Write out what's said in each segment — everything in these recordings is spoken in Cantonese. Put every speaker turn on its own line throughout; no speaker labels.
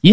以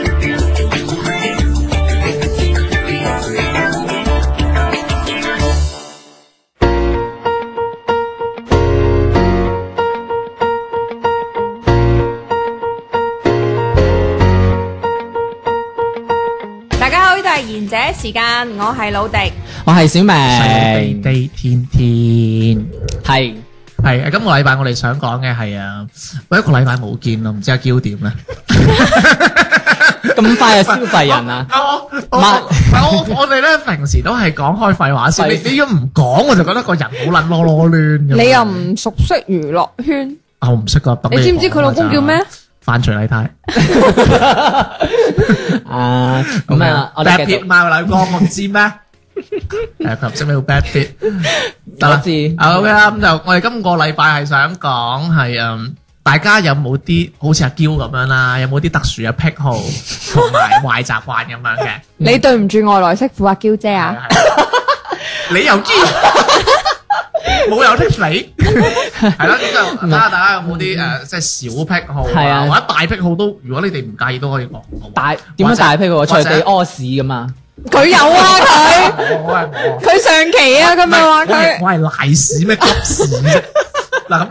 大家好，呢度系贤者時間，我係老迪。
我係小
地
明，
地天天。
係
系啊，今個禮拜我哋想講嘅係啊，我一個禮拜冇見咯，唔知阿嬌點咧。
咁快就消費人 啊！
啊我我
唔係
我我哋咧平時都係講開廢話先，你你如果唔講，我就覺得個人好撚囉囉攣咁樣。
你又唔熟悉娛樂圈，
啊，我唔識噶。等
你知唔知
講
佢老公叫咩
㗎？咋？范徐麗泰。
啊，咁啊，我
Brad
哋繼
Pitt
續
嘛，老公我唔知咩？誒，佢唔識咩叫 Brad Pitt？得
我
啦，
知
好啦，咁就我哋今個禮拜係想講係誒，大家有冇啲好似阿嬌咁樣啦，à, 有冇啲特殊嘅癖好同 埋壞習慣咁樣嘅？
你對唔住外來媳婦阿嬌姐
Dạ.
係
啊！
啊係啊你又 知？冇有剔你，係啦，咁就睇下大家有冇啲誒，即係小癖好
係啊
啊，或者大癖好都，如果你哋唔介意都可以講。
大點樣大批喎？
或者
隨地屙屎噶嘛？
佢有 啊，
我我係我。
佢佢上期啊，佢咪話
我係
佢
我係賴屎咩急 屎啫？嗱咁，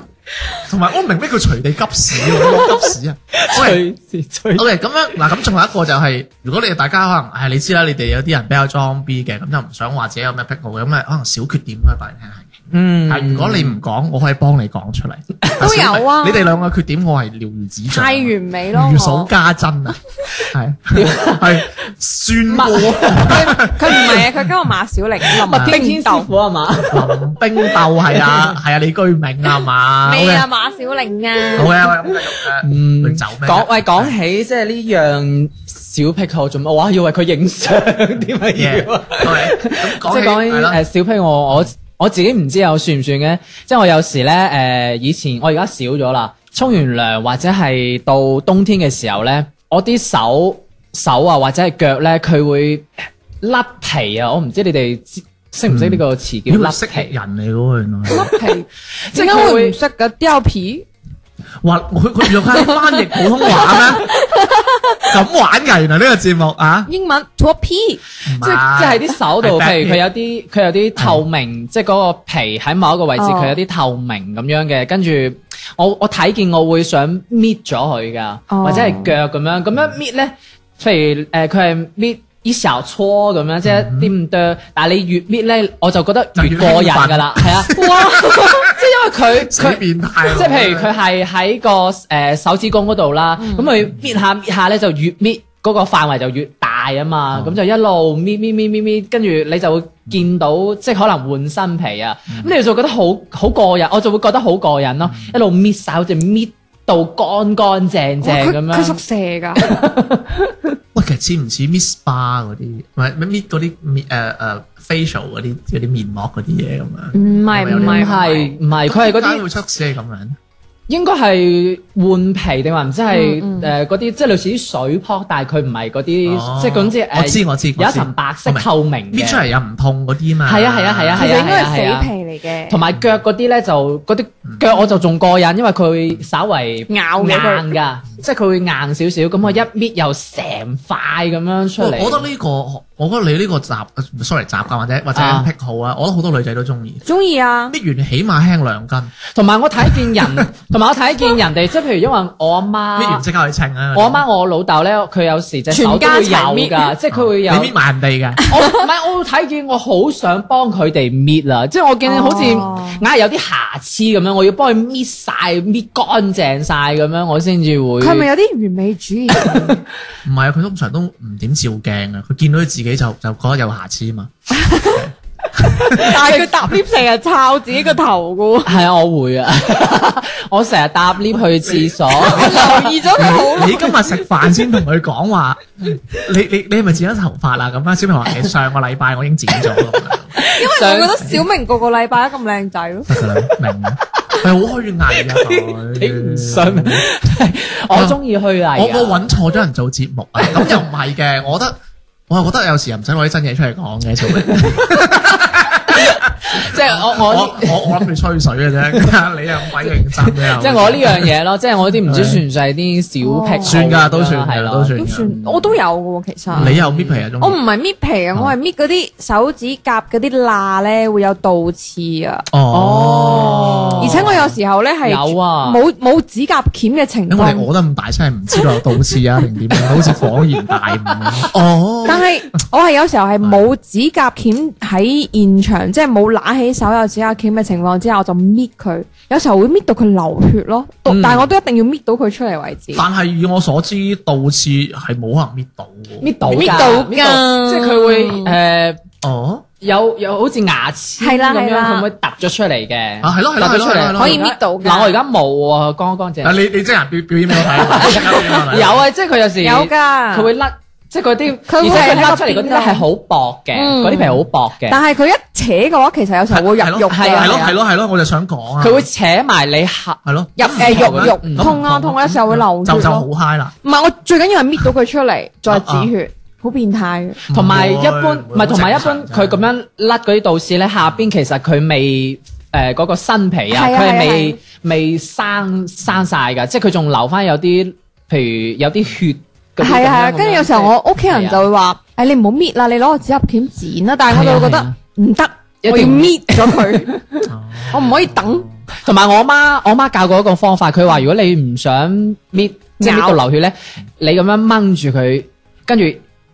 同埋我唔明咩叫隨地急屎喎，我急 屎啊！OK
隨時隨
OK，咁樣嗱，咁仲有一個就係、如果你哋大家可能唉，你知啦，你哋有啲人比較裝逼嘅，咁就唔想話自己有咩癖好嘅，咁啊可能小缺點啊，大家聽下。
嗯
但如果你唔講，我可以幫你講 出嚟。
都有啊
你哋兩個缺點我係了如指掌。
太完美咯，
啊如數
我
家珍 啊，係係算過。
佢唔係啊，佢跟我馬小玲、
麥
林
天
冰
天師
豆
傅啊嘛？
林冰鬥係啊，係啊，李居明啊係嘛，
咩
OK
啊？馬小玲
好
啊，
嘅，喂，咁繼續啦
嗯
佢走咩？
講喂，講起即係呢樣小癖好做乜？哇，要為佢影相點啊
嘢，
要啊！
OK，咁
即係
講起
講起
係啦
誒小癖我我我自己唔知有算唔算嘅，即係我有時咧誒、以前我而家少咗啦，沖完涼或者係到冬天嘅時候咧，我啲手手啊或者係腳咧，佢會甩皮啊！我唔知你哋知識唔識呢個詞
咦
叫
嗯你
甩
識
皮？
人嚟嘅喎，原來。
皮
即
點
係
解會唔
佢會
識嘅？掉皮
哇！佢佢用翻翻譯普通話咩？咁玩㗎，原來呢個節目啊！
英文 t o p
即
即係即係喺啲手度，譬如
係白
佢
嘅
有啲佢有啲透明，即係嗰個皮喺某一個位置，
哦
佢有啲透明咁樣嘅。跟住我我睇見我會想搣咗佢噶，
哦
或者係腳咁樣咁樣搣咧。譬如呃誒，佢係搣一小撮咁樣，即係一啲咁多。但係你越搣咧，我就覺得
就
越
越
過癮㗎啦，係啊！哇！ 即係因為佢
死
佢。
變態喎。
即係譬如佢係喺個誒手指公嗰度啦，
嗯
咁佢搣下搣下咧就越搣嗰個範圍就越大啊
哦
嘛，咁就一路搣搣搣搣搣，跟住你就會見到即係可能換新皮啊，
嗯
咁你就覺得好好過癮，我就會覺得好過癮咯，一路搣晒好似搣到乾乾淨
哇
淨
哦佢
咁
佢屬
樣，
蛇㗎，
喂，其實似唔似 Miss Bar 嗰啲，唔係搣嗰啲面誒誒 à, facial 嗰啲嗰啲面膜嗰啲嘢咁樣？
唔係唔係
唔
唔係，
係唔係，佢係嗰
點解
啲
會出事係咁樣？
應該係換皮定話唔知係
嗯嗯
誒嗰啲即係類似啲水泡，但係佢唔係嗰
哦
啲即係總之
我知
誒
我知，
有一
我知
層白色
我明
透明嘅
搣出嚟又唔痛嗰啲嘛。
係啊係啊係啊
其實應該係
係啊係啊
死皮嚟嘅
同。埋腳嗰啲咧就嗰啲腳我就仲過癮，因為佢稍為硬
咬嘅佢。
㗎，即係佢會硬少少，咁我一搣又成塊咁樣出
我
嚟。
我覺得呢個，我覺得你呢個習呃，sorry 習慣或者或者
啊
癖好啊，我覺得好多女仔都中意。
中意啊！
搣完起碼輕兩斤，
同埋我睇見人，同埋我睇見人哋，即係譬如因為我阿
搣完
媽，
即刻去稱啊！
我阿媽我老豆咧，佢有時隻手都會有
全家一齊
㗎，即係佢會有。
啊你搣埋人哋嘅，
我唔係，我會睇見我好想幫佢哋搣啊！即係我見好似
哦
硬係有啲瑕疵咁樣，我要幫佢搣晒、搣乾淨晒咁樣，我先至會。
佢係咪有啲完美主義？
唔係啊！佢通常都唔點照鏡啊，佢見到佢自己就就覺得有瑕疵嘛。
但系佢搭 lift 成日抄自己個頭噶 喎，
係啊，我會啊，我成日搭 lift 去廁所，
留意咗佢好
你今日食飯先同佢講話，嗯你你你係咪剪咗頭髮啦？咁啊，小朋友話：你上個禮拜我已經剪咗啦，
因為我覺得小明個個禮拜都咁靚仔咯。
得㗎啦，明啦。係好虛偽啊！
你唔信？我中意虛
我我
偽啊，
揾錯咗人做節目 啊！咁又唔係嘅，我覺得我又覺得有時又唔使攞啲真嘢出嚟講嘅，小明。
即係 我
我
我呢。
我我諗住吹水嘅啫，你 又咁鬼認真嘅。
即係我呢樣嘢咯，即係我啲唔知算唔算係
哦
啲小癖好，啊
算㗎，都算
係
係
咯
都算
都算
㗎。，
我都有嘅喎，其實。
你又搣皮啊？中
我唔
意
係搣皮啊，我係搣嗰啲手指甲嗰啲罅咧，會有倒刺啊。
哦
而且我有時候咧係
有啊
冇冇指甲鉗嘅情
因為我哋
況。
我得咁大聲，唔知道有倒刺啊定點樣，好似恍然大 悟。哦，
但係我係有時候係冇指甲鉗喺現場，即係冇揦起手有指甲鉗嘅情況之下，我就搣佢。有時候會搣到佢流血咯，到
嗯
但係我都一定要搣到佢出嚟為止。
但係以我所知，倒刺係冇可能搣到嘅。
搣到㗎
搣到㗎
搣即係佢會诶。
哦，
有有好似牙齒
係
咁
啦
樣，
係啦
佢會揼咗出嚟嘅。
啊係咯係咯
揼咗出
係咯係
嚟
咯
可以搣到㗎
嗱，我而家冇喎，乾乾
啊
淨。
你你真人表表演俾我睇，
有啊，即係佢有時
有㗎，
佢會甩，即係嗰啲，
佢
而
會
且佢甩出
喺
嚟嗰啲
個邊度
咧係好薄嘅，
嗯
嗰啲皮好薄嘅，
但係佢一扯嘅話，其實有時候會入肉㗎
係啊
係咯係咯係咯，我就想講啊，
佢會扯埋你合。
係咯
入誒
咁
肉
唔同啊
肉
咁唔
痛啊痛啊有時候會流血
就就好
咯
high 啦。
唔係，我最緊要係搣到佢出嚟，再止
啊
血，好變態嘅。
同埋一般，
唔會
唔係同埋一般，佢咁。
好正常啫
樣甩嗰啲道士咧，下邊其實佢未誒嗰個新皮啊，
係啊
佢
係
係
啊係啊
未未生生晒㗎，即係佢仲留翻有啲，譬如有啲血嗰啲咁樣。
係啊係啊，跟住有時候我屋企人
係啊
就會話：，誒你唔好搣啦，你攞個指甲鉗剪啦。但係我就會覺
係
得
啊
唔得，
一
我要
定唔
搣咗佢， 我唔可以等。
同埋我媽，我媽教過一個方法，佢話如果你唔想搣，即係搣到流血咧，你咁樣掹住佢，跟住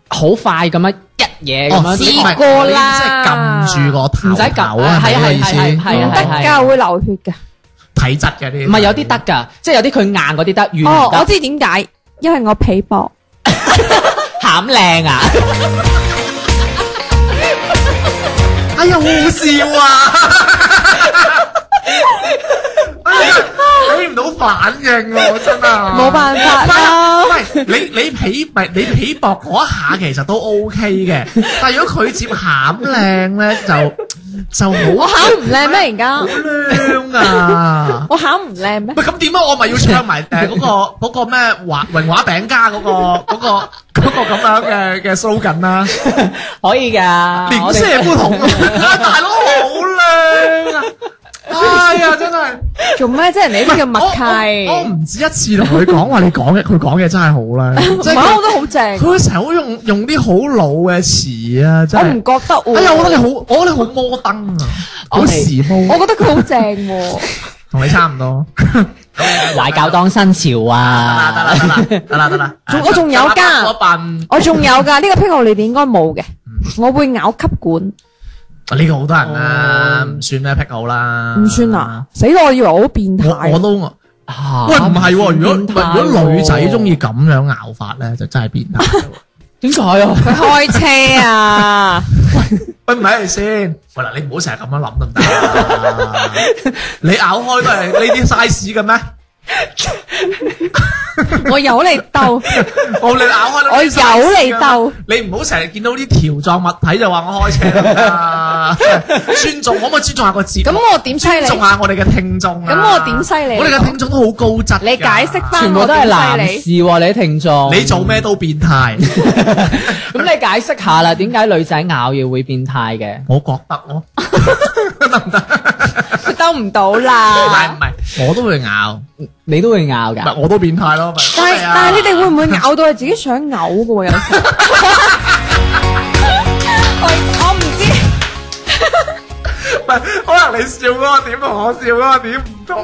好快咁樣一嘢咁
哦，
樣
即係
搣
唔係
開，
過啦
你即係撳住個頭
唔使撳
頭啊，係咪
係啊
呢個意思？
係啊係啊
得
係啊係啊
哦
㗎，會流血㗎。
體質嘅呢？
唔係有啲得㗎，即係有啲佢硬嗰啲得，軟
哦
唔，得，
我知點解，因為我皮薄。
鹹靚啊！
哎呀，好好笑啊！哎呀俾唔到反應喎，真係
冇辦法 啦
唔係你你皮唔係你皮薄嗰一下其實都 O K 嘅，但係如果佢接餡靚咧，就就
我
好
考唔靚咩？而
好
家
靚啊！
我考唔靚咩？
喂，咁點啊？我咪要唱埋誒嗰個嗰個咩華榮華餅家嗰、個嗰、個嗰、個咁樣嘅嘅 slogan 啦，
可以噶，
零
我哋
舍不同啊！大佬好靚啊！哎呀，真係
做咩啫？人哋呢啲叫默契。
我我我唔止一次同佢講話，你講嘅佢講嘅真係好靚，
唔
即係
係，
佢
我都好正。
佢成日好用用啲好老嘅詞啊，真
我唔
係。
覺得哦喎。
哎呀，我覺得你好，我覺得你好摩登啊，好
我哋
時髦，
我覺得佢好正喎。
同你差唔多。
懷舊當新潮
得啦得
啊！
啦得啦得啦得啦，
仲我仲有㗎
我笨。
我仲有㗎，呢個癖好你哋應該冇嘅。我會咬吸管，
呢個好多人啦，唔算咩癖好啦，
哦唔算啊！。死咯，我以為我好變
我我
態。
都我
啊
喂唔係喎，如果
變態喎
如果女仔中意咁樣咬法咧，就真係變態 喎。
點解啊？
佢開車啊！
喂，唔係先，喂嗱，你唔好成日咁樣諗得唔得 啊？你咬開都係呢啲 size 嘅咩？
我有嚟鬥，
我哦你咬開都
我
呢啲 size
有嚟
嘅咩
鬥。
你唔好成日見到啲條狀物體就話我開車 啦，尊重可唔可以尊重下個節目？
咁我點犀
尊重
利？
下我哋嘅聽眾啊！
咁我點犀利
我哋嘅聽眾都好高質㗎。
你解釋翻
全部都係男士喎，你啲聽眾。
你做？咩都變態，
咁你解釋下啦，點解女仔咬嘢會變態嘅？
我覺得咯，
佢兜唔到
但係唔
啦。
係我都會咬，唔
你都會咬㗎？
係我都變態咯。咪
但係
係啊
但係你哋會唔會咬到係自己想嘔嘅喎？有時候我我唔知，
唔係可能你笑嗰個點同我笑嗰個點唔同？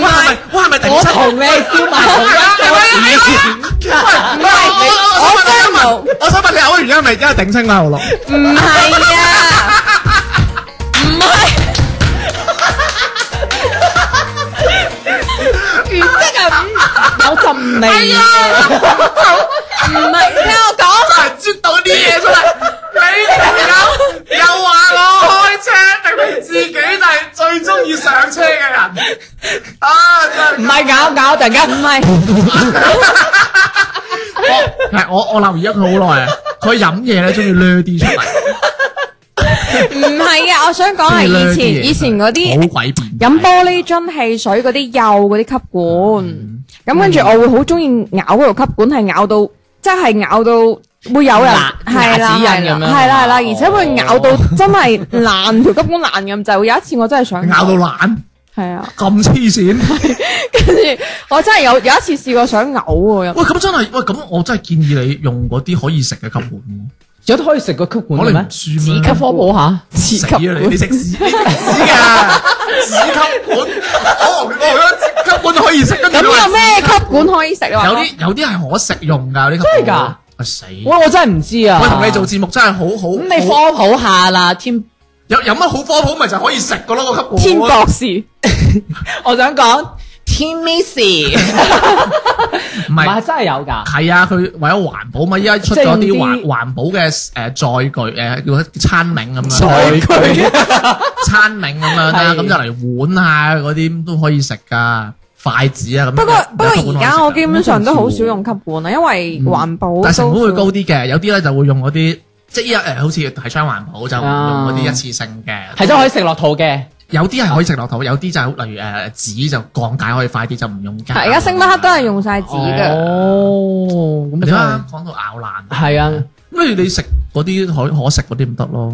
哇係咪哇係咪
我
頂真？
同你燒埋同一個字。
唔係我我想問你我想問你咬嘅原因係咪因為頂清啦？我落
唔係啊，唔係。原 則係唔
有陣味啊！
唔係，聽我講。
啜到啲嘢出嚟，你條友又話我最中意上車嘅人啊！真係
唔係咬咬，突然間唔係
我係我我留意咗佢好耐啊！佢飲嘢咧中意掠啲出嚟，
唔係啊，我想講係以前以前嗰啲
好鬼變
飲
態
玻璃樽汽水嗰啲幼嗰啲吸
嗯
管，咁跟住我會好中意咬嗰條吸管，係咬到真係咬到會有人
辣
係啦
牙齒印
係啦
咁樣
係啦係啦，
哦
而且會咬到真係爛條吸管爛咁滯。有一次我 真係想
咬到爛
係啊，
咁黐線。
跟住我真係有有一次試過想嘔喎，
喂，咁真係喂，咁我真係建議你用嗰啲可以食嘅吸管喎。
有得可以食個吸管
我
嘅
哋
咩
唔？輸咩？
科普下，
死啊你！你食屎，你食屎噶！屎吸管，我我覺得吸管可以食，跟住
咁
你話
有咩吸管可以食啊？
有啲有啲係可食用㗎，呢吸
真係㗎
㗎！啊死！
我我真係唔知啊。
我同你做節目真係好好，
咁你科
好
普下啦，添。
有有乜好科普咪就可以食㗎咯個吸
天
管。
博士
我想講天 miss，唔
唔
係
係
真係有㗎。
係啊，佢為咗環保嘛，依家出
即
咗
係
啲
用
環
啲
環保嘅誒載具誒叫做餐皿咁樣。
具
餐皿咁樣啦，
係
咁就嚟碗啊嗰啲都可以食噶，筷子啊咁樣。
不過不過
有吸管可以食
而
㗎
家我基本上都好少用吸管啊啦，因為環保都，
嗯但係成本會高啲嘅，有啲咧就會用嗰啲，即係依家誒好似提倡環保就
啊
用嗰啲一次性嘅，
係真係可以食落肚嘅。
有啲係可以食落肚，有啲就例如誒紙就降解可以快啲，就唔用膠。
而家星巴克都係啊用晒紙嘅，
哦，咁
點
真
啊
係？
講到咬爛，
係啊，
不如你食嗰啲可可食嗰啲唔得咯。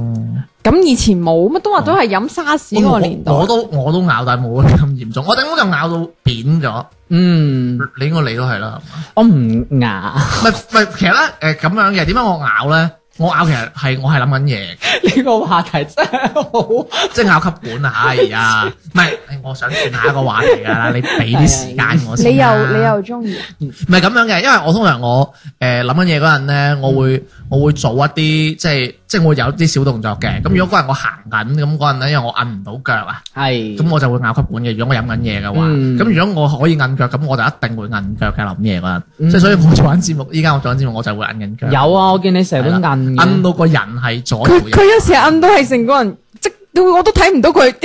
咁以前冇乜都話都係飲沙士嗰個年代
哦我。我都我都咬，但係冇咁嚴重。我頂多就咬到扁咗，
嗯，
你應該你都係啦。
我唔牙，
唔係唔係，其實咧誒咁樣嘅，點解我咬咧？我咬其實係我係諗緊嘢嘅，
呢個話題真係好。
即係咬吸管啊！係啊，唔係我想轉下一個話題㗎啦，你俾啲時間我先
你
啦
又你又中意啊？
唔係咁樣嘅，因為我通常我誒諗緊嘢嗰陣咧，我會我會做一啲即係即係我有啲小動作嘅。咁
嗯
如果嗰陣我行緊咁嗰陣咧，因為我摁唔到腳啊，
係
咁我就會咬吸管嘅。如果我飲緊嘢嘅話，
嗯
咁如果我可以摁腳，咁我就一定會摁腳嘅諗嘢嗰陣。
嗯
即係所以我做緊節目，依家我做緊節目我就會摁緊腳。
有啊，我見你成日都
係啦
硬
摁到個人係左
佢
右
佢有時摁到係成個人，即我都睇唔到佢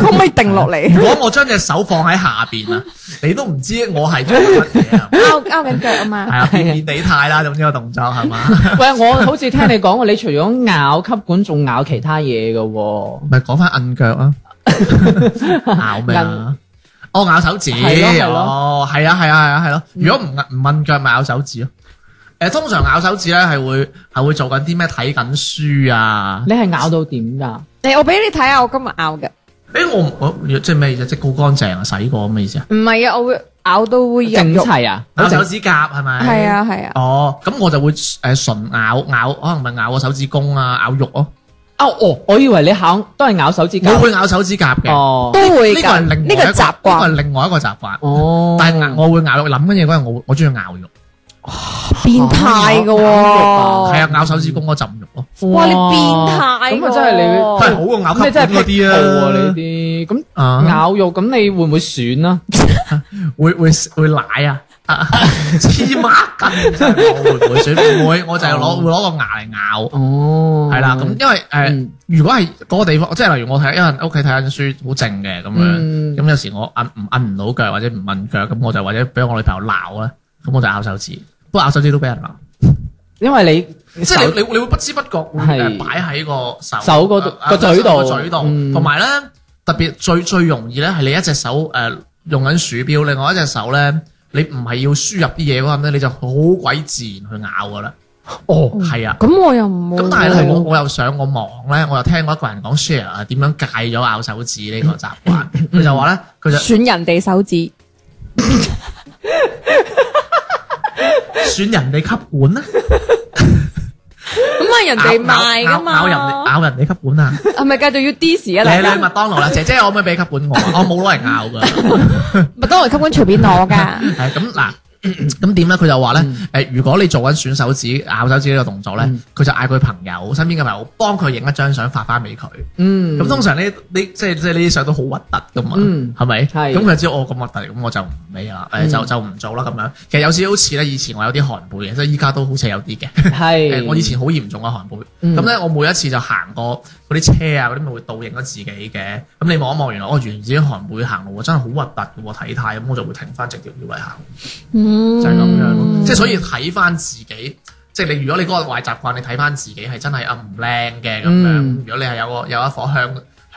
可唔可以定落嚟，
如果我將隻手放喺下邊啊，你都唔知我係做緊乜嘢 啊！
拗拗緊腳啊
係
嘛。
啊，變變地態啦，總之個動作係嘛？
喂，我好似聽你講過，你除咗咬吸管，仲咬其他嘢嘅喎。
咪講翻摁腳 啊，咬咩啊？我咬手指，
係咯係咯
哦，係啊係啊係啊係咯。如果唔摁唔摁腳，咪咬手指咯。誒，通常咬手指咧係會係會做緊啲咩？睇緊書啊？
你係咬到點㗎？
你我俾你睇下，我今日拗嘅，
誒，我唔我即係咩意思？即係好乾淨啊，洗過咁嘅意思啊？
唔係啊，我會拗到會入
整
肉。
齊啊？
咬手指甲係咪？
係啊係啊，
哦，咁我就會誒純咬咬，可能咪咬個手指公啊，咬肉咯。
哦哦，我以為你咬都係咬手指甲
我。會咬手指甲嘅，
哦
都會
呢個
㗎
係另
呢
外
個
一個
習
呢個係
慣
另外一個習慣。
哦，
但係我會咬肉，諗緊嘢嗰陣，我我中意咬肉，
變態嘅
哦
係
喎。
啊，咬手指公嗰浸肉咯，
哇你變態
咁啊真係你
喎
都係好過咬
咩
吸
真
管
係
嗰
癖
啲
好啊？
啊
呢。啲咁
啊，
咬肉，咁你會唔會損啊？
會會會 奶啊，啊黐孖筋真係我會唔會選？唔會，我就係攞會攞個牙嚟咬。
哦，
係啦，咁因為誒
嗯，
如果係嗰個地方，即係例如我睇，因為屋企睇緊書好靜嘅咁樣，
嗯
咁有時我摁唔摁唔到腳或者唔摁腳，咁我就或者俾我女朋友鬧咧，咁我就咬手指，不過咬手指都俾人鬧，
因為你
即係你你你會不知不覺會
係
誒擺喺個手
手嗰度
呃
個嘴度
個嘴度，
嗯
同埋咧特別最最容易咧係你一隻手誒用緊鼠標，另外一隻手咧你唔係要輸入啲嘢嗰陣咧，你就好鬼自然去咬噶啦，
哦
係啊。
咁我又唔會
咁但係咧，
喎
我我又上過網咧，我又聽過一個人講 share 啊點樣戒咗咬手指呢個習慣。 佢就話咧，佢就
選人哋手指，
選人哋吸管啦，
咁啊 人哋賣
咬
㗎嘛，
咬人哋咬人哋吸管啊！
係咪繼續要 diss 一
你
嚟
去
啦？
麥 當勞啦，姐姐可唔可以俾吸管我啊？我冇攞嚟咬㗎。
麥當勞吸管隨便攞㗎。
係咁嗱，咁點咧？佢就話咧，
嗯
誒，如果你做緊選手指咬手指呢個動作咧，佢就嗌佢朋友身邊嘅朋友幫佢影一張相發翻俾佢。
嗯，
咁通常呢，呢即係即係呢啲相都好核突噶嘛
嗯，
係咪？
係嗯
咁佢就知道我咁核突，咁我就唔理啦，誒就就唔做啦咁樣。其實有少少似咧，以前我有啲寒背嘅，即係依家都好似有啲嘅。
係
誒，我以前好嚴重嘅寒背，
嗯
咁咧我每一次就行過嗰啲車啊，嗰啲咪會倒影咗自己嘅。咁你望一望，原來我原來自己寒背行路，真係好核突嘅喎體態，咁我就會停翻直條腰嚟行， 就
嗯
係咁樣
嗯
咯。即係所以睇翻自己，即係你如果你嗰個壞習慣，你睇翻自己係真係啊唔靚嘅咁樣。
嗯
如果你係有個有一顆向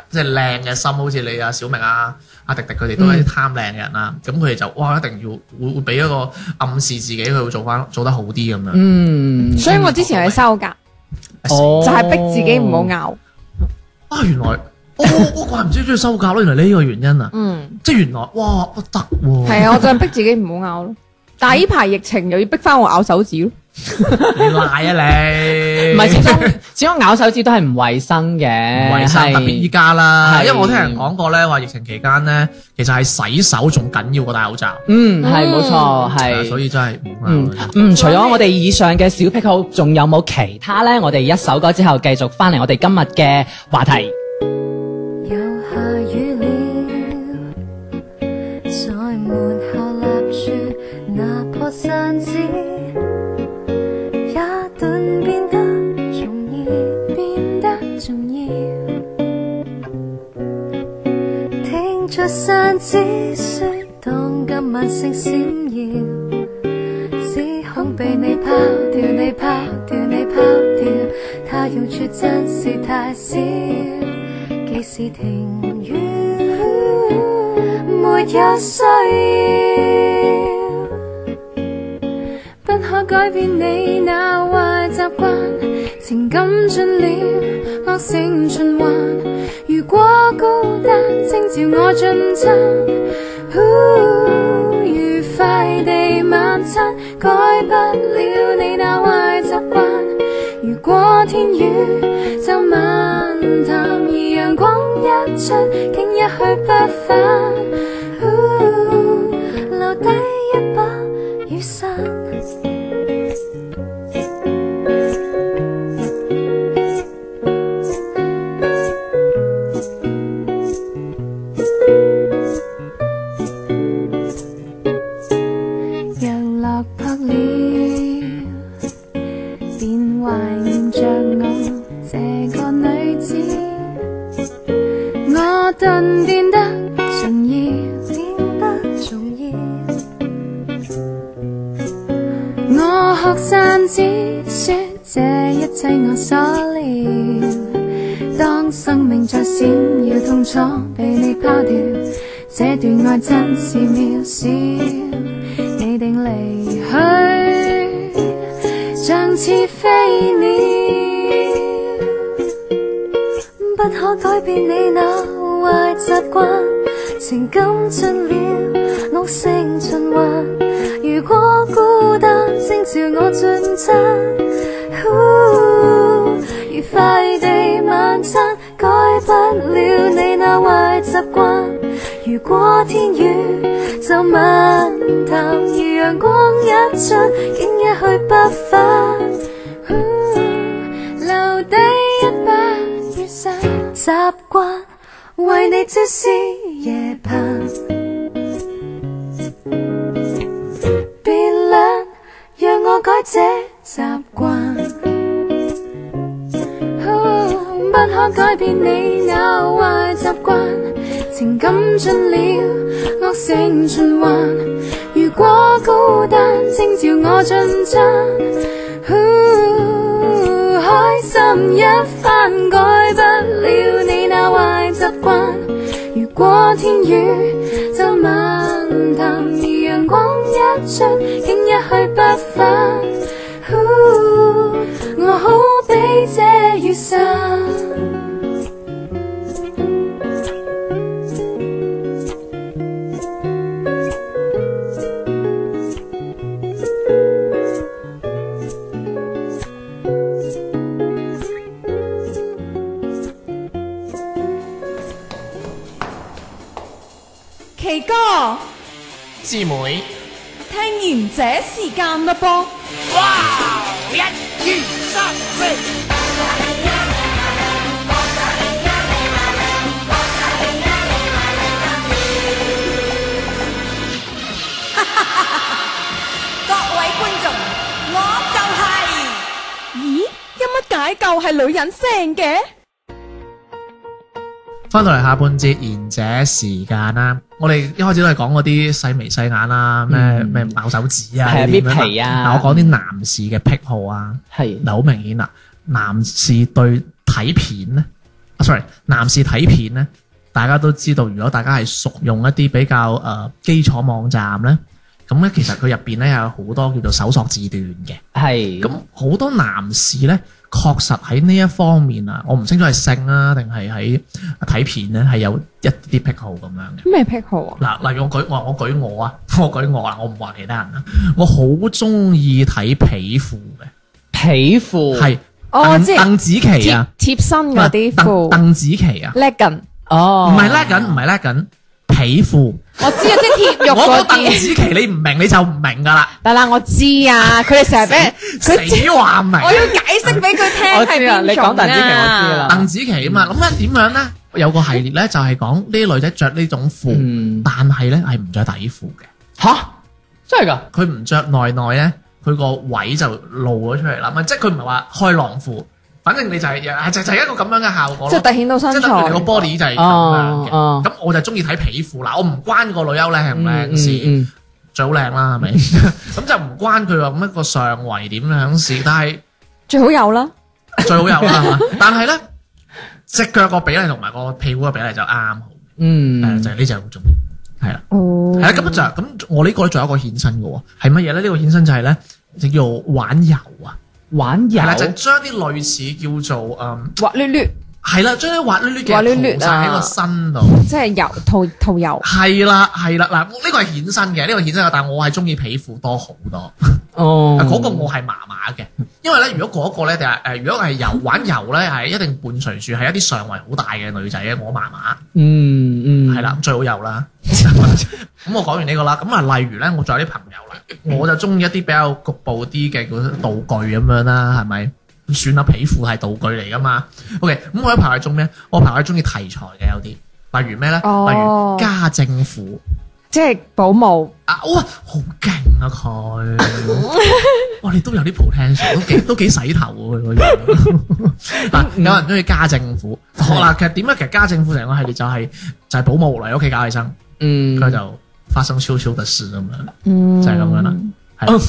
即係靚嘅心，好似你啊小明啊。阿迪迪佢哋都係
嗯
啲貪靚嘅人啦，咁佢哋就哇一定要會會俾一個暗示自己，佢會做翻做得好啲咁樣。
嗯，
所以我之前係收㗎，
哦
就係逼自己唔好咬。
啊，原來 我我怪唔知中意收教咯，原來呢個原因啊，
嗯，
即係原來哇不得喎，
係啊，我就係逼自己唔好咬咯。但係呢排疫情又要逼翻我咬手指咯。
你賴啊你，
唔係始終始終咬手指都係唔衞生嘅，
衞生特別依家啦，
係
因為我聽人講過咧，話疫情期間咧，其實係洗手仲緊要過戴口罩，
嗯係冇錯
啊
係，
所以真係冇
嗯
啊。
嗯，除咗我哋以上嘅小癖好，仲有冇其他呢？我哋一首歌之後繼續翻嚟我哋今日嘅話題。
又下雨了，在門下立住那棵山子，也頓變得重要，變得重要。聽着山子說，當今晚星閃耀。只恐被你拋掉，你拋掉，你拋掉，它用處真是太少。既是停雨，沒有需要。不可改變你那壞習慣，情感盡了，惡性循環。如果孤單，請召我進餐，呼愉快地晚餐，改不了你那壞習慣。如果天雨，就漫談，而陽光一出，竟一去不返。呼留低一把雨傘。若落魄了，便懷念着我這個女子。我頓變得重要，變得重要。我學生子說，這一切我所料。當生命再閃耀，痛楚被你拋掉，這段愛真是渺小。你定離去，像似飛鳥，不可改變你那壞習慣，情感盡了，惡性循環。如果孤單，請召我進餐，呼愉快地晚餐，改不了你那壞習慣。如果天雨就漫談，而陽光一出，竟一去不返。留低一把雨傘，習慣為你朝思夜盼。別懶，讓我改這習慣。不可改變你那壞習慣，情感盡了，惡性循環。如果孤單，請召我進餐。呼開心一番，改不了你那壞習慣。如果天雨就漫談，而陽光一出，竟一去不返。呼我好比這雨傘。
奇哥，
師妹，
聽完這時間啦噃。 各位觀眾，我就係、咦，有乜解救係女人聲嘅？
翻到嚟下半節賢者時間啦，我哋一開始都係講嗰啲細眉細眼啦，咩咩咬手指啊，
嗯係啊
呢啲咁樣啦
搣皮啊
嗱我講啲男士嘅癖好啊，
係
嗱好明顯啦，男士對睇片咧、啊、，sorry，男士睇片咧，大家都知道，如果大家係熟用一啲比較誒、呃基礎網站咧，咁咧其實佢入邊咧有好多叫做搜索字段嘅。
係
咁好多男士咧，確實喺呢一方面啊，我唔清楚係性啊，定係喺睇片咧，係有一啲癖好咁樣嘅。
咩癖好啊？
嗱，例如我舉我我舉我啊， 我舉我啊，我唔話其他人啊，我好中意睇皮褲嘅，
皮褲
係
哦
鄧
即係
鄧紫棋
貼
啊，
貼身嗰啲
唔係
褲
鄧鄧紫棋啊，
，legging，
哦，
唔係拉緊，唔係拉緊皮褲。
我知啊，即係貼
我
肉嗰
講鄧
啲。
紫棋你唔明你就唔明噶啦，
但啦，我知啊，佢哋成日俾人佢知
死話唔明。
我要解釋俾佢聽
我
係
知啦
邊
你
種
講鄧紫棋我知
啊
啦
鄧紫棋啊嘛，咁咧點樣咧？有個系列咧就係講呢啲女仔着呢種褲，
嗯
但係咧係唔着底褲嘅，
吓，真係㗎？
佢唔着內內咧，佢個位就露咗出嚟啦，咪即係佢唔係話開浪褲，反正你就係、就就係一個咁樣嘅效果
即
咯
係。凸顯到
即
身
係等佢哋個
材。
body 就係咁樣嘅，咁、
哦哦
我就中意睇皮褲啦。我唔關個女優啊靚唔靚事，
嗯
最好靚啦，係 咪？咁就唔關佢話乜個上圍點樣事，但係。
最好有啦，
最好有啦， 係嘛？但係咧，只腳個比例同埋個屁股個比例就啱好，
嗯
係啦
嗯
就係呢只好重要，係啦，
哦
係啦，咁就咁，我呢個仲有一個衍生嘅喎，係乜嘢咧？呢個衍生就係咧，就叫玩油啊，
玩油
係啦，就將啲類似叫做嗯，
滑捋捋，
係啦，將啲滑捋捋
滑捋捋
嘅塗晒喺
啊
個身度，
即係油塗塗油。
係啦，係啦，嗱，呢個係衍生嘅，呢個係衍生嘅，但我係中意皮褲多好多。啊
哦
嗰個我係麻麻嘅，因為咧，如果嗰個咧就係呃誒，如果係 游玩游咧，係一定伴隨住係一啲上圍好大嘅女仔嘅，我麻麻
嗯嗯
係啦，最好 有啦。咁我講完呢個啦，咁啊，例如咧，我仲有啲朋友
嗯
啦，我就中意一啲比較局部啲嘅嗰啲道具咁樣啦，係咪？咁算啦，皮褲係道具嚟噶嘛。OK，咁我有朋友中咩？我朋友中意題材嘅有啲，例如咩咧？例
哦
如家政婦
即係保姆，
啊，哇，好勁啊佢！哇，你都有啲 potential，都幾都幾洗頭喎佢個樣。嗱，有人中意家政婦，好啦，其實點解其實家政婦成個系列就係、就係、保姆嚟屋企搞衞生，
嗯
佢、就發生悄悄嘅事咁樣，
嗯
就係咁樣啦，係啦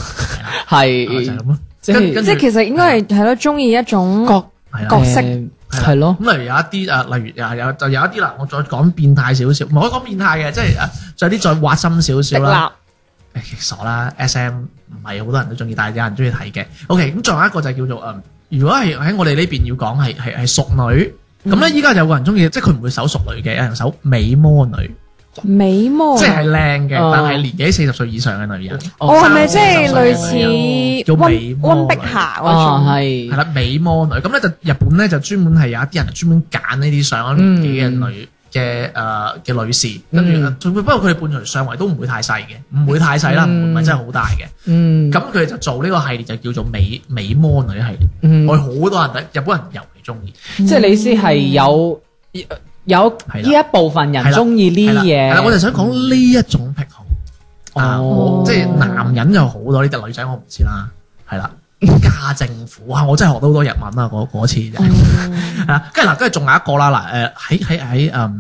係啦，就係
係
咁咯。
即
跟
係
跟
即係其實應該係係咯，中意一種
角
係啦
角。色
誒
係啦
係咯，
咁例如有一啲誒，例如又有就有一啲啦，我再講變態少少，唔係我講變態嘅，即係誒，再有啲再挖深少
迪
少啦。
立。
誒傻啦，S.M. 唔係好多人都中意，但係有人中意睇嘅。O.K. 咁仲有一個就叫做誒、嗯如果係喺我哋呢邊要講係係係熟女，咁咧依家有個人中意，即係佢唔會搜熟女嘅，有人搜美魔女，
美魔
即。係靚嘅，
哦
但係年紀四十歲以上嘅女人，
我係咪即係
三十
類
歲
似
叫美
溫
魔
溫
女
碧霞
哦
嗰種？
係
係啦美魔女。咁咧就日本咧就專門係有一啲人專門揀呢啲上咗年紀嘅女。嘅誒嘅女士，跟住
嗯
仲會不過佢哋伴隨上圍都唔會太細嘅，唔會太細啦，唔係真係好大嘅。
嗯
咁佢哋就做呢個系列就叫做美美魔女系列，
嗯
我哋好多人睇，日本人尤其中意。
即係你意思係有有
係啦
呢一部分人中意呢
係啦
啲嘢，
係啦，我就想講呢一種癖好。啊，
哦
即係男人就好多呢啲，女仔我唔知啦。係 啦，家政婦啊，我真係學到好多日文啊！嗰嗰次真係
嗯
係啦，跟住嗱，跟住仲有一個啦，嗱誒喺喺喺誒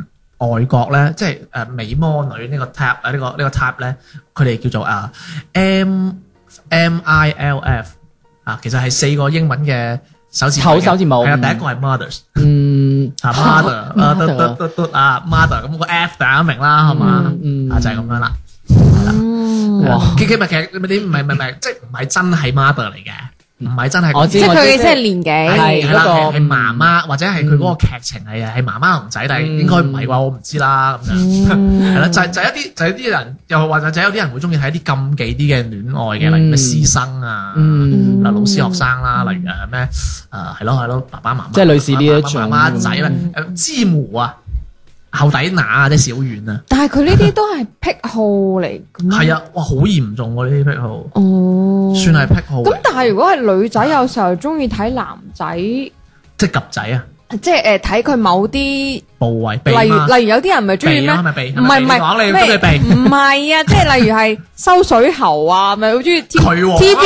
外國咧，即係誒美魔女呢個 tap 啊呢個呢個 tap 咧，佢哋叫做啊 M M I L F 啊，其實係四個英文嘅手指
頭手指舞
係啊，第一個係 mothers。
嗯
啊 mother 啊嘟嘟嘟嘟啊 mother 咁個 F 大家明啦，係嘛
嗯？嗯
啊就係咁樣啦。
嗯，
哇，
其其實其實你啲唔係唔係唔係，即係唔係真係 mother 嚟嘅，唔係真係。
我知
即係佢嘅
我知
即係年紀。
係
係啦，
嗰個嗯
係係媽媽或者係佢嗰個劇情係係媽媽同仔，但係
嗯
應該唔係啩？我唔知啦咁樣。係啦，就係就係一啲就係一啲人，又或者就係有啲人會中意睇啲禁忌啲嘅戀愛嘅，例如咩
嗯
師生啊。
嗯
嗱，老師學生啦，例如誒咩啊誒係咯係咯，爸爸媽媽
即係類似呢一
爸
種
爸媽媽仔啦，誒之母啊，後底乸啊，即係小丸啊，
但係佢呢啲都係癖好嚟㗎嘛。
係啊，哇，好嚴重喎呢啲癖好，
嗯哦，
算係癖好嚟，
咁但係如果係女仔，有時候中意睇男仔，即
即係夾仔啊，
係诶睇佢某啲，例
部位鼻
如例
嘛，
如有啲人咪中意
鼻
咩
啊，係？咪
唔係
鼻？
唔
係咪鼻講
係
你
咩
跟住鼻。
唔係啊，即係例如係收水喉啊，咪好中意 T
佢喎
T B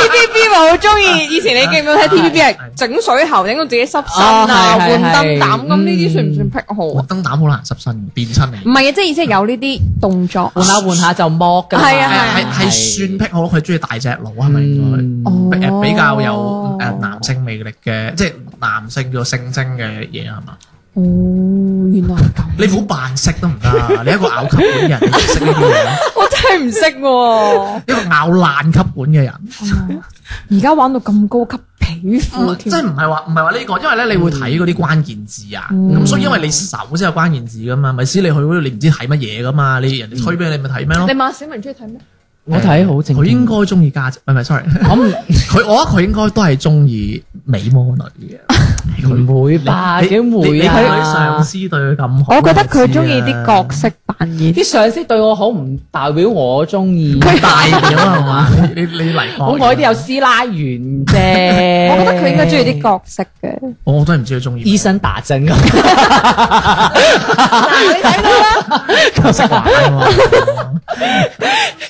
T B B 咪好中意。以前你記唔記得睇 T B B 係整水喉，整到自己濕身
哦
啊，
啊係
換
係
燈膽咁，
嗯
呢啲算唔算癖好
我
啊？
燈膽好難濕身，電親
唔
嚟。
係啊，即係意思係有呢啲動作。
換下換下就剝㗎啦。
係啊
係係係算癖好，佢中意大隻佬係咪
嗯
應
哦
該？比比較有誒男性魅力嘅，即係男性叫性徵嘅嘢係嘛？
哦，原來係咁，
你唔好扮識都唔得，啊你一個咬吸管嘅人，你唔識呢啲嘢，
我真係唔識喎。
一個咬爛吸管嘅人，
而家玩到咁高級皮
唔
褲
哦即
哦添，
係唔係話唔係話呢個，因為咧你會睇嗰啲關鍵字啊，
嗯
咁所以因為你手先有關鍵字噶嘛，咪先你去嗰度你唔知睇乜嘢噶嘛，你人哋推俾你咪睇咩咯
你。馬小明嗯中意睇咩？
我睇好正經。
佢應該中意家姐，唔係唔係，sorry，
我唔
佢我覺得佢應該都係中意美魔女嘅。
唔會吧？
啊
你
點
你
會
你睇佢
啊
上？司對佢咁好，
我覺得佢中意
你知啊
啲角色扮演。
啲上司對我好唔代表我中意。
大料係嘛？你你你嚟
好，
講，
我呢啲有師奶緣啫。 嗯
我覺得佢應該中意啲角色 嘅。
我我真係唔知佢中意咩。
醫生打針咁。
你睇到啦。
我識玩啊嘛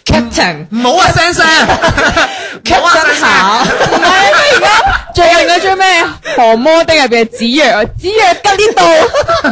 Captain，
唔好啊，Sense，唔好啊，Sense，
唔係佢而家最近嗰張咩《降魔的》入邊嘅子曰，子曰吉呢度。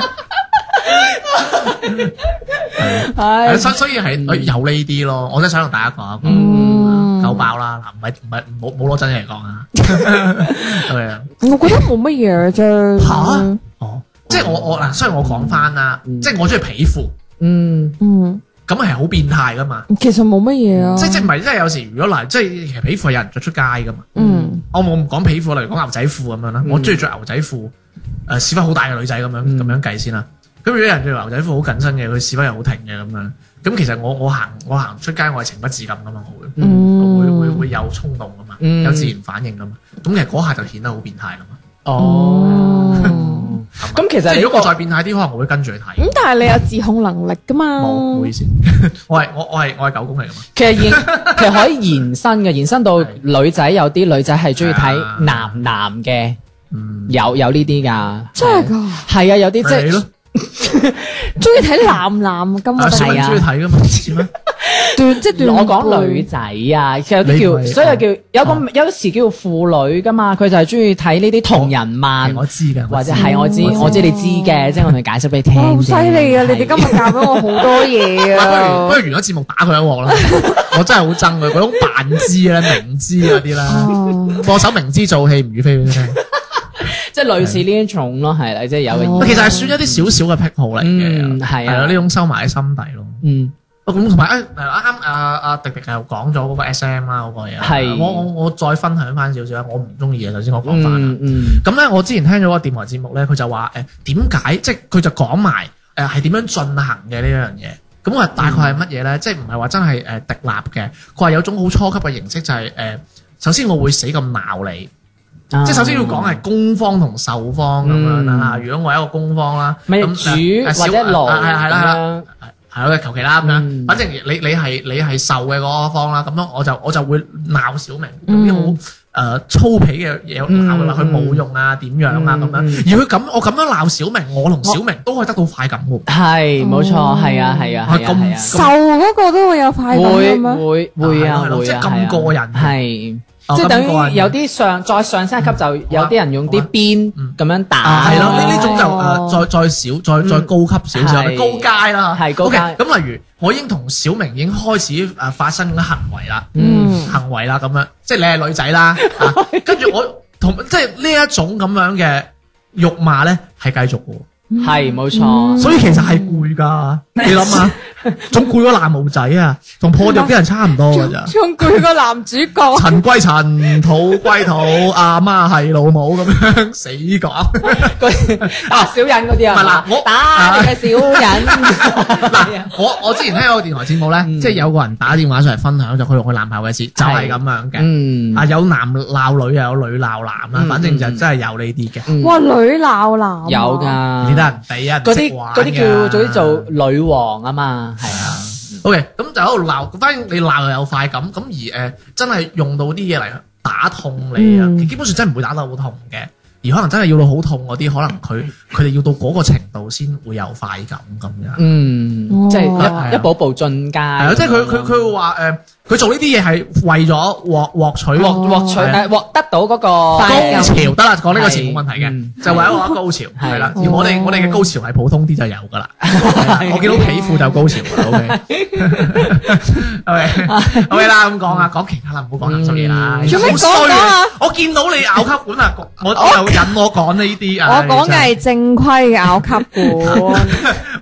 係
係
所所以係哎有呢啲咯，我真係想同大家講一講。夠爆啦！嗱，唔係唔係冇冇攞真嘢嚟講啊，係啊，
我覺得冇乜嘢啫。
嚇哦，即係我我嗱，雖然我講翻啦，即係我中意皮褲，
嗯，
嗯，
咁係好變態噶嘛，
其實冇乜嘢啊。
即即係唔係即係有時如果嗱，即係其實皮褲係有人着出街噶嘛，
嗯，
哦我冇唔講皮褲，例如講牛仔褲咁樣啦，
嗯
我中意着牛仔褲，誒屎忽好大嘅女仔咁樣咁樣計先啦。咁如果有人着牛仔褲好緊身嘅，佢屎忽又好挺嘅咁樣，咁其實我我行我行出街，我係情不自禁噶嘛，我
음.
會我會會會有衝動噶嘛，
嗯
有自然反應噶嘛，咁其實嗰下就顯得好變態噶嘛。
哦。
係嘛
咁其實
即係
你
如果我
個
再變態啲，可能我會跟住去
咁
睇。
但係你有自控能力噶嘛？
嗯
冇，唔好意思， 我係我我係我係狗公嚟噶嘛。
其實延其實可以延伸嘅，延伸到女仔有啲女仔係啊中意睇男男嘅，
嗯，
有有呢啲噶，
真係㗎，
係啊，有啲即
咪你
係
咯，
中意睇男男咁
阿小
啊，
明
係啊
中意睇噶嘛？是咩？
段即係段
我講女仔啊，其實有
你唔
啲
係
叫，所以叫有個有時叫腐女噶嘛，佢就係中意睇呢啲同人漫
係。我知㗎，
啊或者
係
係我知，我知你知嘅，即係我同你解釋俾你聽
哇
啫。
好犀利啊！你哋今日教咗我好多嘢
不如
啊
不！如完咗節目打佢一鑊 啦！我真係好憎佢嗰種扮知咧、明知嗰啲
Ờ,
哦
啦，播首明知做戲唔語飛俾佢聽。
即係類似呢一種咯，係啦，即係有嘅意思。
其實係算一啲少少嘅癖好嚟嘅，
哦嗯係啊
係咯，呢種收埋喺心底咯。
嗯，
哦咁同埋誒啱阿阿迪迪又講咗嗰個 S.M. 啦嗰個嘢啦，啊
係
我我我再分享翻少啊少啦，我唔中意嘅，頭先我講啊翻啦。
嗯嗯
咁咧，我之前聽咗個電台節目咧，佢就話誒點解，即係佢就講埋誒係點樣進行嘅呢樣嘢。咁我話大概係乜嘢咧？即係唔係話真係誒滴立嘅？佢話有種好初級嘅形式就係、誒，首先我會死咁鬧你，
啊
即係首先要講係攻方同受方咁樣啦。
嗯
如果我係一個攻方啦，
咪
咁誒
主
誒
或者
小
奴
啊係係啦係啦。
啦，
係咯，求其啦咁樣。
嗯
反正你你你係你係受嘅嗰方啦，咁樣我就我就會鬧小明啲好誒呃粗鄙嘅嘢鬧佢話佢
嗯
冇用啊點樣啊咁樣。
嗯
而佢咁我咁樣鬧小明，我同小明都可以得到快感喎。
係冇錯，係啊係啊
係
係啊係啊
咁
受嗰個都會有快感嘅
會
咩？
會會啊
係咯係咯
會啊，
即係咁過癮
係。
哦
即係等
咁過癮
於有啲上再上升一級，就有啲人用啲鞭
啊嗯
咁樣
啊
打，
係咯，
咯
呢呢種就
哦
誒再再少再再高級少少，
嗯係
高階啦。
係高
OK，
階
咁例如我已經同小明已經開始誒發生咗行為啦。
嗯
行為啦，咁樣即係你係女仔啦， 啊跟住我同即係呢一種咁樣嘅辱罵咧，係繼續嘅喎，
係冇錯，
嗯所以其實係攰㗎，你諗下，仲攰過爛毛仔啊，同破掉啲人差唔多 㗎咋。
仲佢個男主角
塵歸塵，土歸土，阿媽係老母咁樣死講。
打小人嗰啲
唔係嗱
啊，
我
打你嘅小人，
啊我我之前聽有個電台節目咧，
嗯
即係有個人打電話上嚟分享就佢同佢男朋友嘅事，就係咁樣嘅。
嗯
啊，有男鬧女又有女鬧男啦
嗯，
反正就真係有呢啲嘅。
嗯
哇女鬧男啊
有噶，
你得人哋啊，
嗰啲嗰啲叫
做
做啲做女王啊嘛，係啊，
O K，咁就喺度鬧，反正你鬧又有快感，咁而誒、呃真係用到啲嘢嚟打痛你啊，
嗯
基本上真係唔會打得好痛嘅，而可能真係要到好痛嗰啲，可能佢佢哋要到嗰個程度先會有快感咁樣。
嗯，即
哦
係一一步步進
係
階
啊，，即係佢佢佢會話誒，呃佢、做呢啲嘢係為咗獲獲取
獲獲取
係啊
誒獲得到嗰個
快
高
感
潮得啦，講呢個詞冇問題
嗯
嘅，就為咗高潮
係
係啦。而
哦
我哋我哋嘅高潮係普通啲就有噶啦，係啦我見到皮褲就高潮啦。OK，OK OK 啦，咁講啊，講其他啦，唔好講鹹濕嘢啦。
做咩
好衰
講啊？
我見到你咬吸管啊，我我又引我講呢啲
我
啊。
講嘅係正規嘅咬吸管，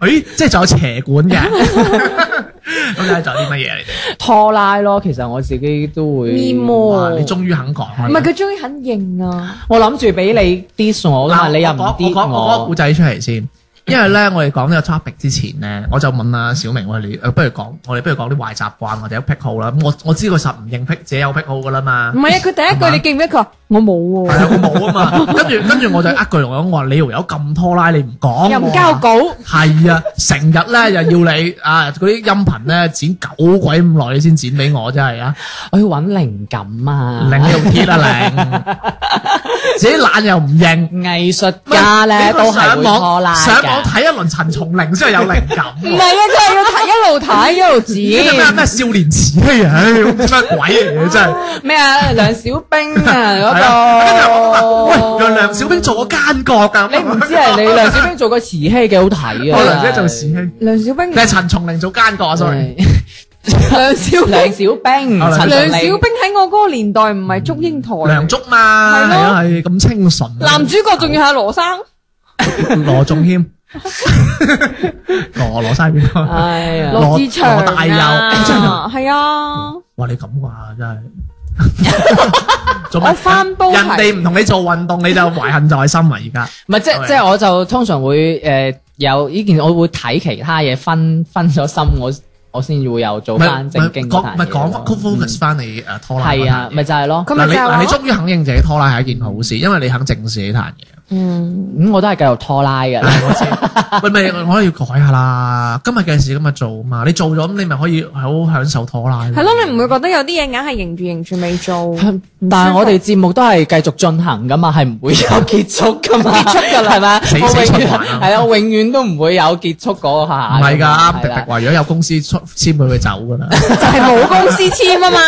誒，即係仲有邪管嘅。咁咧仲有啲乜嘢嚟哋
拖拉咯。其實我自己都會
面？
哇
膜，
你終於肯講啦
唔係佢終於肯認啊！
我諗住俾你 diss 我噶嘛，
嗱
你又唔
我講
diss
我講我講個
我
故，仔出嚟先，因為咧我哋講呢個 topic 之前咧，我就問阿小明喂你，誒不如講我哋不如講啲壞習慣或者癖好啦。咁我我知佢實唔認癖，自己有癖好噶啦嘛
唔。係啊，佢第一句你記唔記得佢話我冇
係
喎，
啊，我冇啊嘛。跟住跟住我就呃句我講，我話你條友咁拖拉，你唔講，
又唔交稿，
係啊，成日咧又要你啊嗰啲音頻咧剪九鬼咁耐，你先剪俾我真係啊！
我要揾靈感啊，
零又鐵啊零，自己懶又唔認。
藝術家咧
你去
都係
上
會
網
拖拉
上網
㗎
睇一輪陳松伶先係有靈感
唔
喎。
係啊，佢係要睇一路睇一路
呢啲咩
剪，
咩少年慈禧啊，唉，唔知乜鬼嚟嘅真係。
咩啊？梁小冰
係啊跟住
啊
我
嗰
話
個，
喂，原來梁小冰做過奸角啊㗎。
你唔知 係你梁小冰做過慈禧嘅好睇啊！
我梁小冰做慈禧， 你
梁小冰，
係陳松伶做奸角啊，sorry。
梁小梁小冰，
啊
陳
梁
梁
小冰喺我嗰個年代唔係祝英台，
梁祝嘛，
係
係
咯
啊，係咁清純。
男主角仲要係羅生，
羅仲謙， 哦羅羅生邊個？
哎呀，
羅
羅志祥
羅大
啊，
佑
係啊，
哇！你咁 啩真係。做
我翻煲
人
係
哋唔同你做運動，你就懷恨在心啊！而家。
唔係即
係
即係我就通常會誒有呢件，我會睇其他嘢分分咗心，我我先會又做
唔係
翻正經
唔
嗰壇
係講唔係
嘢
講
咯
focus 翻你誒拖拉嗰
係啊
壇，嘢
咪就係咯。
佢
嗱
咪
你
就係
嗱你
話
終於肯認自己拖拉係一件好事，因為你肯正視呢壇 嘢。
嗯，
咁我都係繼續拖拉 嘅。
喂咪我都要改下啦，今日嘅事今日做啊嘛，你做咗咁你咪可以好享受拖拉。
係咯，你唔會覺得有啲嘢硬係迎住迎住未做，
但係我哋節目都係繼續進行噶嘛，係唔會有結束噶嘛，結束㗎啦，係咪？
死
我
死
永
循
遠
環啊
係啊，我永遠都唔會有結束嗰下。
唔係㗎，
係
迪
啦
迪話如果有公司出簽佢，佢走 㗎啦。
就係冇公司簽啊嘛，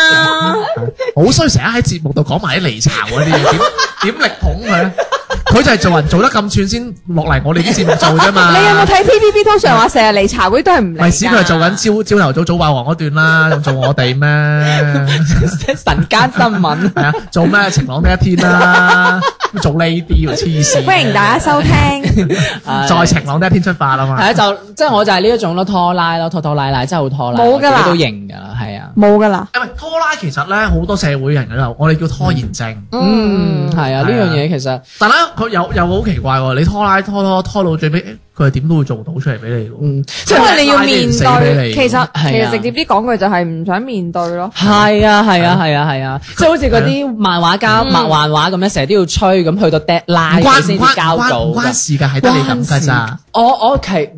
好衰，成日喺節目度講埋啲離巢嗰啲嘢，點點力捧佢咧？佢就係做人做得咁串先落嚟我哋啲節目做啫嘛。
啊你有冇睇 TVB 通常話成日嚟茶會都係唔嚟㗎？
咪屎佢係做緊朝朝頭早早霸王嗰段啦，仲做我哋咩？
晨間新 聞。
系啊，做咩晴朗的一天啦、 做呢啲喎黐線。
歡迎大家收聽。
再晴朗的一天出發啦嘛。
係啊，就即係我就係呢一種咯，拖拉咯，拖拖拉拉，真係好拖拉，
冇
我
㗎啦
自己都認㗎啦，係啊，
冇噶啦，
因為拖拉其實咧好多社會人都有，我哋叫拖延症。
嗯，係啊，呢
係啊
樣嘢其實，
但係咧佢又又好奇怪喎，你拖拉拖拖拖到最尾，誒佢係點都會做到出嚟俾你喎。
嗯，
因為你要面
拉啲人死俾
對，
你
其實
係啊
其實直接啲講句就係唔想面對咯。
係啊，係啊，係啊，係啊，即係好似嗰啲漫畫家
嗯
漫畫畫咁樣，成日都要催咁去到
唔
deadline
關
佢
唔
先至
關
交
唔關
到
唔關
㗎。
事㗎，係得你咁㗎咋。
我我其會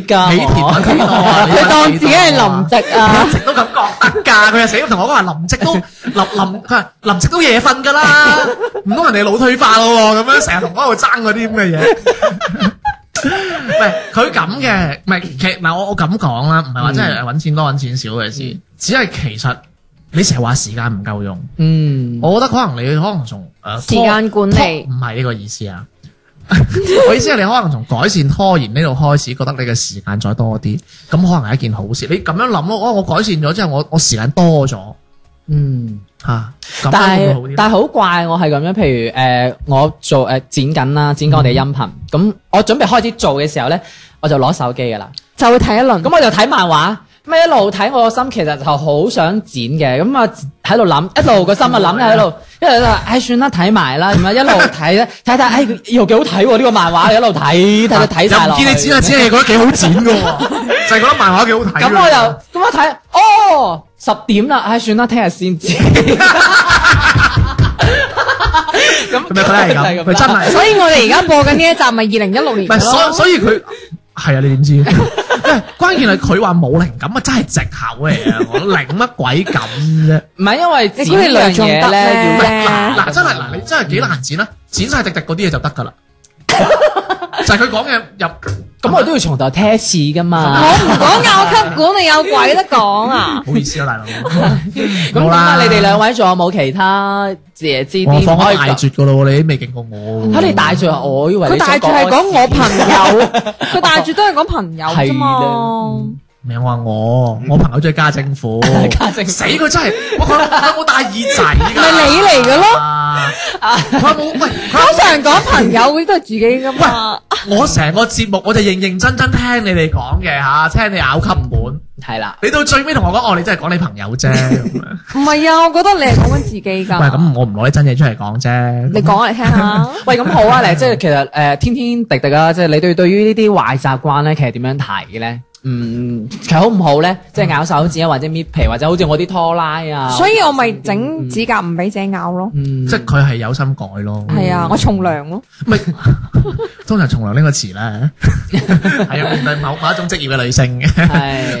㗎，
幾甜 啊
我
幾多啊你
佢當
幾
自己
多啊
係林夕啊
林。夕都咁覺得㗎，佢又死咁同我講話林 夕都林林佢話林夕都夜瞓㗎啦，唔通人哋腦退化咯喎，咁樣成日同我喺度爭嗰啲咁嘅嘢。 唔係佢咁嘅，唔係其嗱我我咁講啦，唔係
嗯
話真係揾錢多揾錢少嘅事，只係其實你成日話時間唔夠用，
嗯，
我覺得可能你可能呃從誒
時間管理
唔係呢個意思啊。 我意思係你可能從改善拖延呢度開始，覺得你嘅時間再多啲，咁可能係一件好事。你咁樣諗咯，哦，我改善咗之後，我我時間多咗
嗯。
嚇，咁樣
但
會唔會好啲啊
係但係好怪，我係咁樣，譬如誒、呃我
嗯
做誒、呃剪緊啦，剪緊我哋音頻，咁、我準備開始做嘅時候咧，我就攞手機噶啦，
就會睇一
嗯
輪。
咁我就睇漫畫，咁啊一路睇我個心其實就好想剪嘅，咁啊喺度諗，一路個心啊諗喺
嗯
度，一路就話唉算啦睇埋啦，咁啊一路睇咧睇睇，唉又幾好睇喎呢個漫畫，一路睇睇到睇晒
又
落
唔
去。
見你剪啊剪，係覺得幾好剪 嘅喎，就係覺得漫畫幾好睇
咁
㗎。
我又咁我睇，哦十點啦，唉算啦，聽日先剪。咁
咁咪佢 係咁，佢真係。
所以我哋而家播緊呢一集咪二零一六年
唔係，
咯。
所所以佢係啊，你 點知？因為關鍵係佢話冇靈感啊，真係藉口嚟啊！我 靈乜鬼感啫？
唔係因為
你
剪
估你
呢樣
量仲
嘢
得
咧，要
咩？
嗱，真係嗱，你真係幾難剪啦，剪晒滴滴嗰啲嘢就得㗎 啦。就係佢講嘅入，
咁我都要從頭聽一次噶
我
嘛。
唔講拗級股，你有鬼得講啊！
唔好意思啊，大佬。
咁點解你哋兩位仲有冇其他姐知
我
啲
放
可
開
以
大
講
絕㗎咯，你都未勁過我喎。
嚇你大住，我以為
佢
你想
大住係講我朋友，佢大住都係講朋友啫
係
嘛
啦。
你話我， 我朋友中意家政婦，
家政婦
死佢真係，我佢佢有冇戴耳仔㗎？
咪你嚟㗎咯
咯，佢有冇喂？佢
通常
有冇
講朋友嗰啲都係自己噶嘛。
我成個節目我就認認真真聽你哋講嘅吓，聽你咬吸本，
係啦。
你到最尾同我講，哦，你真係講你朋友啫，咁
唔
樣
係啊，我覺得你係講緊自己㗎。
喂，咁我唔攞啲真嘢出嚟講啫，
你講嚟聽下。
喂，咁好啊，你即係其實誒天天滴滴啊，即係你對對於呢啲壞習慣咧，其實點樣睇咧？嗯，其實好唔好咧？即係咬手指啊，或者搣皮，或者好似我啲拖拉啊。
所以我咪整指甲唔俾自己咬咯。
嗯，
即係佢係有心改咯，
係啊，我從良咯。
唔係通常從良呢個詞咧，係啊，面對某某一種職業嘅女性 嘅，唔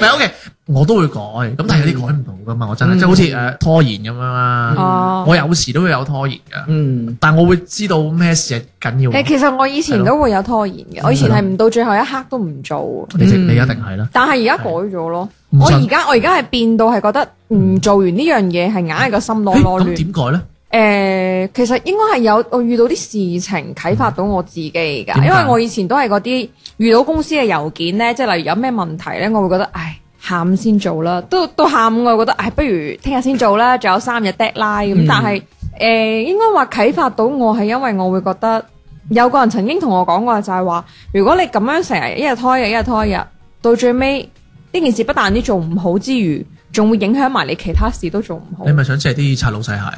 係
係 OK，我都會改，咁
嗯
但係有啲改唔到噶嘛，我真係即係好似誒拖延咁樣啦，
哦。
我有時都會有拖延噶，
嗯
但我會知道咩事係緊要啊
誒，
嘅，
其實我以前都會有拖延嘅，我以前係唔到最後一刻都唔做，
你直你一定係啦，
但係而家改咗咯。
唔
我
信
而家我而家係變到係覺得唔做完呢樣嘢係硬係個心
誒
囉囉
咁
亂。
點改咧？
誒、呃其實應該係有我遇到啲事情啟發到我自己㗎，
解
因為我以前都係嗰啲遇到公司嘅郵件咧，即係例如有咩問題咧，我會覺得唉。下午先做啦，到到下午我會覺得，唉，不如聽日先做啦，仲有三日 deadline 咁、
嗯
但係誒、應該話啟發到我係因為我會覺得有個人曾經同我講過就係話，如果你咁樣成日一日拖一日，一日拖一日，到最尾呢件事不但止做唔好之餘，仲會影響埋你其他事都做唔好。
你咪想借啲擦老細鞋啊？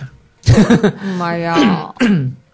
唔係啊？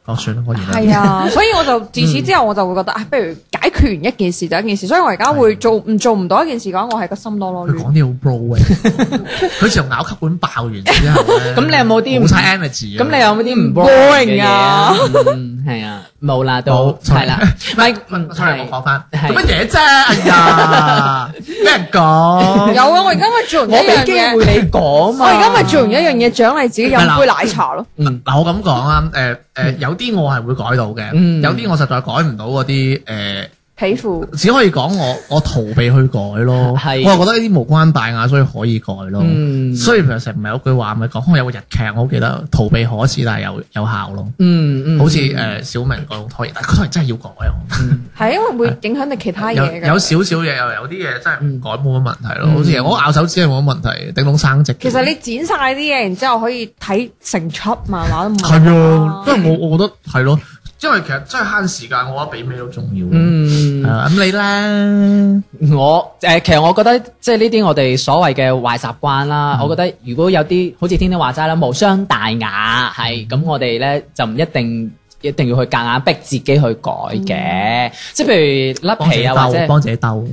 哦，算啦，我原諒你
係，啊， 所以我就自此之後我就會覺得，啊，不如解決完一件事就一件事，所以我而家會做唔做唔到一件事嘅話，我係個心囉
佢
囉
講啲好 bro 嘅， 佢自從咬吸管爆完之後咧，
咁你有冇啲
冇晒 energy？啊
咁你有冇
嗯
啲唔
boring
嘅嘢
啊？
嗯，係啊，冇啦都
冇
係啦，唔係
有？sorry，我講翻
係
做乜嘢啫？哎 呀，俾人講
亂。有啊，我而家咪做
我
完一樣
俾機
嘢，
會你講
我
嘛。
而家咪做完一樣嘢，獎勵自己
係啦
飲杯奶茶咯。
嗯
嗱，我咁講啊，誒誒，有啲我係會改到嘅，
嗯
有啲我實在改唔到嗰啲誒，
皮膚
只可以講我我逃避去改咯。
係
我係覺得呢啲無關大雅，所以可以改咯。
嗯
所以其實唔係有句話咪講，哦有個日劇我好記得，逃避可恥但係有有效咯。
嗯嗯，
好似誒小明嗰種拖延，但係佢拖延真係要改啊！
係因為會影響你其他
有
嘢
有
嘅。
少少嘢，又有啲嘢真係唔改冇乜問題咯。好似我咬手指係冇乜問題，頂籠生直。
其實你剪晒啲嘢，然之後可以睇成輯漫畫都冇。
係
哦
啊，因為我我覺得係咯，因為其實真係慳時間，我覺得比咩都重要。
嗯
係。啊，咁你咧？
我誒、其實我覺得即係呢啲我哋所謂嘅壞習慣啦，
嗯
我覺得如果有啲好似天天話齋啦，無傷大雅
嗯
係咁，我哋咧就唔一定一定要去夾硬逼自己去改嘅，即係譬如甩
嗯幫自己
皮啊，或者
兜，幫自己兜。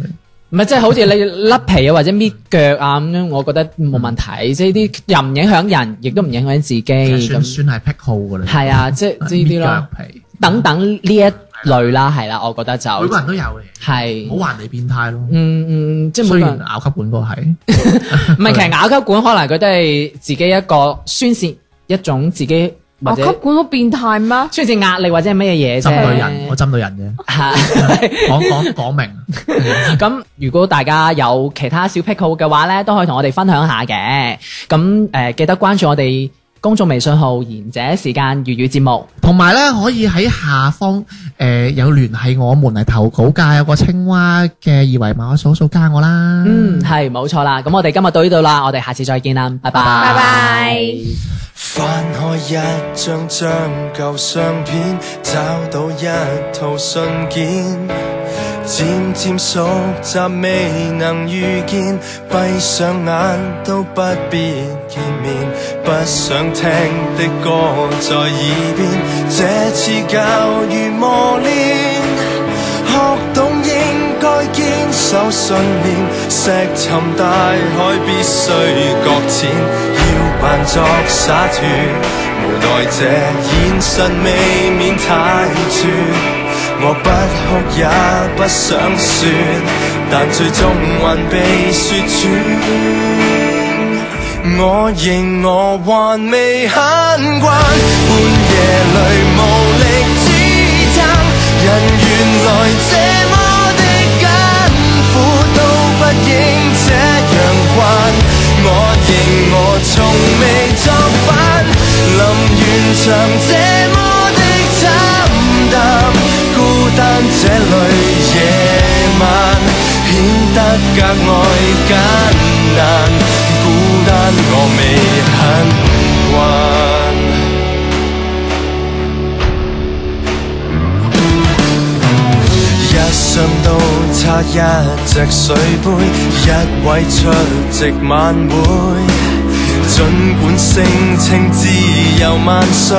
唔係即係好似你 甩皮啊或者搣腳啊咁樣，我覺得冇問題，即係呢啲又唔影響人，亦都唔影響自己
其實算
咁，
算係癖好㗎啦。
係啊，即係即係呢啲咯，
搣腳皮，
等等呢一類啦，係啦，我覺得就
每個人都有嘅，
係
唔好話人哋變態咯。
嗯嗯，即係
雖
每個人
然。咬吸管嗰個係，
唔係，其實咬吸管可能佢都係自己一個宣泄一種自己或
我吸
者
管好變態咩？
宣泄壓力或者係乜嘢嘢啫。
針對人，我針對人啫。
係
講講講明。
咁如果大家有其他小癖好嘅話咧，都可以同我哋分享下嘅。咁誒、呃記得關注我哋公眾微信號《賢者時間粵語節目》。
同埋咧，可以喺下方誒、呃有聯繫我們嚟投稿㗎，有個青蛙嘅二維碼，我掃一掃加我啦。
嗯，係冇錯啦。咁我哋今日到呢度啦，我哋下次再見啦，拜拜。拜
拜。
翻開一張張舊相片，找到一套信件，渐渐熟习未能遇见，闭上眼都不必见面，不想听的歌在耳边，这次教如磨练，学懂应该坚守信念，石沉大海必须搁浅，要扮作洒脱，无奈这现实未免太绝。我不哭也不想说，但最终還被说穿。我認我還未慳慣，半夜裏無力支撐，人原來這麼的艱苦，都不應這樣慣。我認我從未作反，臨完場這麼的慘淡，孤單這類夜晚，顯得格外簡單，孤單我未很慣。一上到擦一隻水杯，一位出席晚會。儘管聲稱自由萬歲，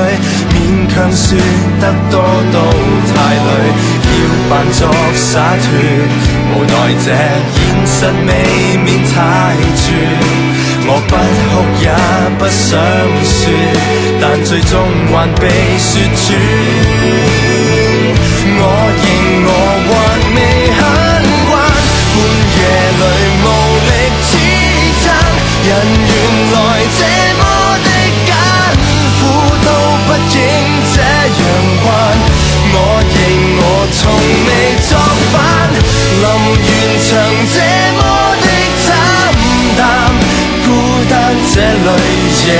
勉強說得多都太累，要扮作灑脱，無奈這現實未免太絕。我不哭也不想說，但最終還被說穿。我認我還未很慣，半夜裏無力支撐，人原來這麼的艱苦，都不應這樣慣。我認我從未作反，臨完場這麼的慘淡，孤單這類夜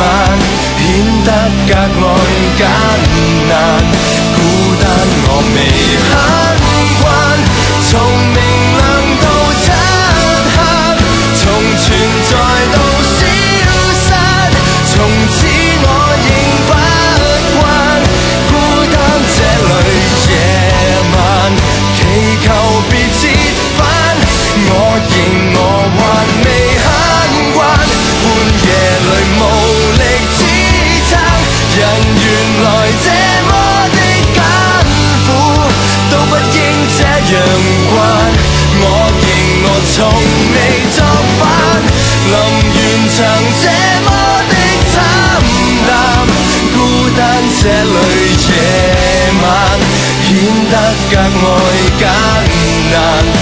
晚顯得格外簡單。孤單我未很慣，從明亮到漆黑，從存在到消失，從此我仍不慣孤單這類夜晚，祈求別折返，我仍我還未很慣，半夜裏無力支撐，人原來這麼的艱苦，都不應這樣慣。我認我從未作反，臨完場這麼的慘淡，孤單這類夜晚顯得格外艱難。